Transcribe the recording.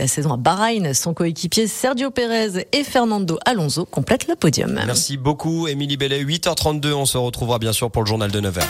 La saison à Bahreïn, son coéquipier Sergio Pérez et Fernando Alonso complètent le podium. Merci beaucoup, Émilie Bellet. 8h32, on se retrouvera bien sûr pour le journal de 9h.